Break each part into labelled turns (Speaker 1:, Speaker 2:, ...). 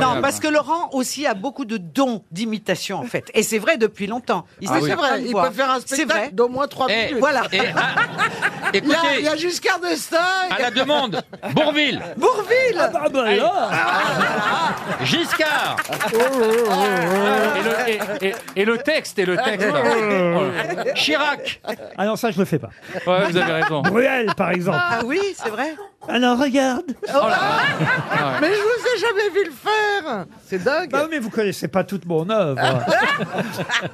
Speaker 1: Non, parce que Laurent aussi a beaucoup de dons d'imitation, en fait. Et c'est vrai depuis longtemps. Il
Speaker 2: Ah
Speaker 1: sait
Speaker 2: oui.
Speaker 1: faire
Speaker 2: C'est vrai,
Speaker 1: plein de
Speaker 2: il
Speaker 1: voix.
Speaker 2: peut faire un
Speaker 1: C'est
Speaker 2: spectacle
Speaker 1: vrai.
Speaker 2: d'au moins trois
Speaker 3: Eh,
Speaker 2: minutes.
Speaker 1: Voilà.
Speaker 3: Et, ah,
Speaker 2: Il y a-
Speaker 3: écoutez,
Speaker 2: Il y a Giscard d'Estaing.
Speaker 3: à la demande, Bourville,
Speaker 1: Bourville
Speaker 4: Bah,
Speaker 3: Giscard,
Speaker 5: Oh, Et le, et- et- et le texte, et le texte.
Speaker 3: Chirac.
Speaker 4: Ah non, ça, je le fais pas.
Speaker 5: oh. Ouais, vous avez raison.
Speaker 4: Bruel, par exemple.
Speaker 1: Ah Bah oui, c'est vrai.
Speaker 4: Alors, regarde.
Speaker 2: Mais je vous ai jamais vu le faire. Ah. C'est dingue.
Speaker 4: Bah oui, mais vous connaissez pas toute mon œuvre.
Speaker 1: Ah.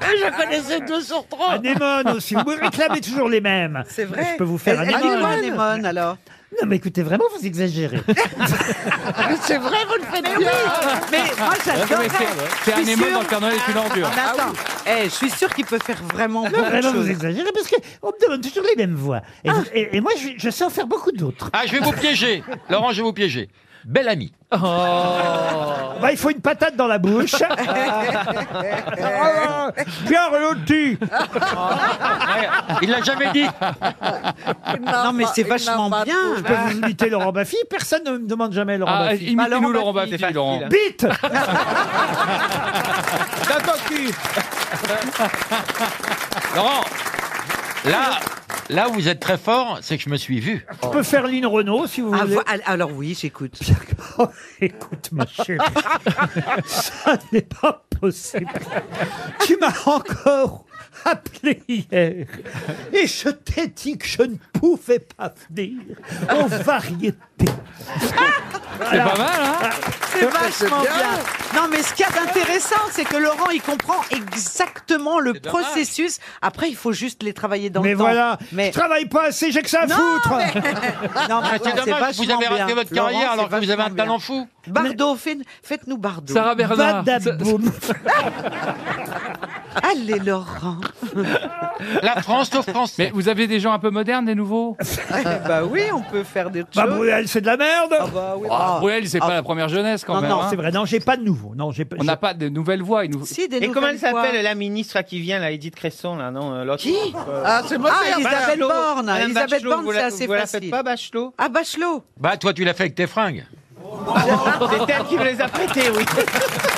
Speaker 2: je connaissais deux sur trois.
Speaker 4: Anémone aussi. Vous réclamez toujours les mêmes.
Speaker 1: C'est vrai.
Speaker 4: Je peux vous faire
Speaker 1: Elle- elle est
Speaker 4: Anémone.
Speaker 1: où, Anémone, alors.
Speaker 4: Non, mais écoutez, vraiment, vous exagérez.
Speaker 2: Ah, Mais c'est vrai, vous le faites bien.
Speaker 1: Mais moi, j'adore.
Speaker 5: mais c'est- c'est un aimant dans le Père Noël est une ordure.
Speaker 1: Ah, Attends, Eh, je suis sûr qu'il peut faire vraiment
Speaker 4: Ah
Speaker 1: beaucoup de
Speaker 4: Vraiment, vous
Speaker 1: choses.
Speaker 4: exagérez parce qu'on me demande toujours les mêmes voix. Et, vous-
Speaker 1: Ah.
Speaker 4: et- et moi, je, je sais en faire beaucoup d'autres.
Speaker 3: Ah, je vais vous piéger. Laurent, je vais vous piéger. Bel ami.
Speaker 4: Bah, il faut une patate dans la bouche.
Speaker 2: Oh,
Speaker 4: Ah, Pierre Lotti.
Speaker 3: Il l'a jamais dit.
Speaker 1: Non, mais c'est vachement bien.
Speaker 4: Je peux vous imiter Laurent Baffy. Personne ne me demande jamais Laurent
Speaker 5: Ah,
Speaker 4: Baffy.
Speaker 5: Imitez-nous,
Speaker 1: Laurent
Speaker 5: Laurent
Speaker 1: Baffy,
Speaker 5: Baffy, hein. Laurent.
Speaker 4: Bite
Speaker 3: Laurent, là, là où vous êtes très fort, c'est que je me suis vu.
Speaker 4: Je peux faire Lynn Renault si vous
Speaker 1: Ah,
Speaker 4: voulez.
Speaker 1: vo- al- alors oui, j'écoute.
Speaker 4: Oh, écoute, ma chérie, ça n'est pas possible. Tu m'as encore appelé hier et je t'ai dit que je ne pouvais pas venir aux variétés.
Speaker 5: C'est pas mal, hein
Speaker 1: C'est vachement
Speaker 2: bien.
Speaker 1: bien. Non, mais ce qu'il y a d'intéressant, c'est que Laurent, il comprend exactement le
Speaker 3: dommage.
Speaker 1: processus. Après, il faut juste les travailler dans
Speaker 4: Mais
Speaker 1: le temps.
Speaker 4: voilà,
Speaker 1: Mais...
Speaker 4: je travaille pas assez, j'ai que ça à
Speaker 1: Non,
Speaker 4: foutre.
Speaker 1: mais- non, mais
Speaker 3: Ah,
Speaker 1: ouais,
Speaker 3: c'est dommage,
Speaker 1: vachement
Speaker 3: vous avez raté
Speaker 1: bien.
Speaker 3: votre
Speaker 1: Laurent,
Speaker 3: carrière
Speaker 1: c'est
Speaker 3: alors que vous avez un
Speaker 1: vachement bien.
Speaker 3: talent fou.
Speaker 1: Bardot, faites- faites-nous Bardot.
Speaker 5: Sarah Bernard.
Speaker 4: Badaboum.
Speaker 1: Allez, Laurent.
Speaker 3: La France, le
Speaker 5: Mais
Speaker 3: français.
Speaker 5: vous avez des gens un peu modernes, des nouveaux
Speaker 1: bah oui, on peut faire des
Speaker 4: Bah,
Speaker 1: choses.
Speaker 4: Bruel, c'est de la merde.
Speaker 1: Bah oui,
Speaker 5: Ah,
Speaker 1: bah-
Speaker 5: Bruel, c'est
Speaker 1: Ah.
Speaker 5: pas la première jeunesse, quand
Speaker 1: Non,
Speaker 5: même.
Speaker 1: non,
Speaker 5: hein.
Speaker 4: C'est vrai, non, j'ai pas de nouveau. Non, j'ai pas.
Speaker 5: On n'a pas de nouvelles voix. et nous-
Speaker 1: Si, des
Speaker 6: Et comment elle
Speaker 1: nouvelles voix.
Speaker 6: s'appelle la ministre là, qui vient, là, Edith Cresson, là, non euh, l'autre
Speaker 1: Qui
Speaker 2: Ah, c'est moi
Speaker 1: Ah,
Speaker 2: qui ai-
Speaker 1: Elisabeth
Speaker 6: Bachelot.
Speaker 1: Borne.
Speaker 6: Madame
Speaker 1: Elisabeth
Speaker 6: Bachelot,
Speaker 1: Borne,
Speaker 6: vous
Speaker 1: c'est
Speaker 6: la-
Speaker 1: assez
Speaker 6: vous la
Speaker 1: facile.
Speaker 6: faites pas, Bachelot
Speaker 1: Ah, Bachelot.
Speaker 3: Bah, toi, tu l'as fait avec tes fringues.
Speaker 6: C'est elle qui me les a prêtés, oui.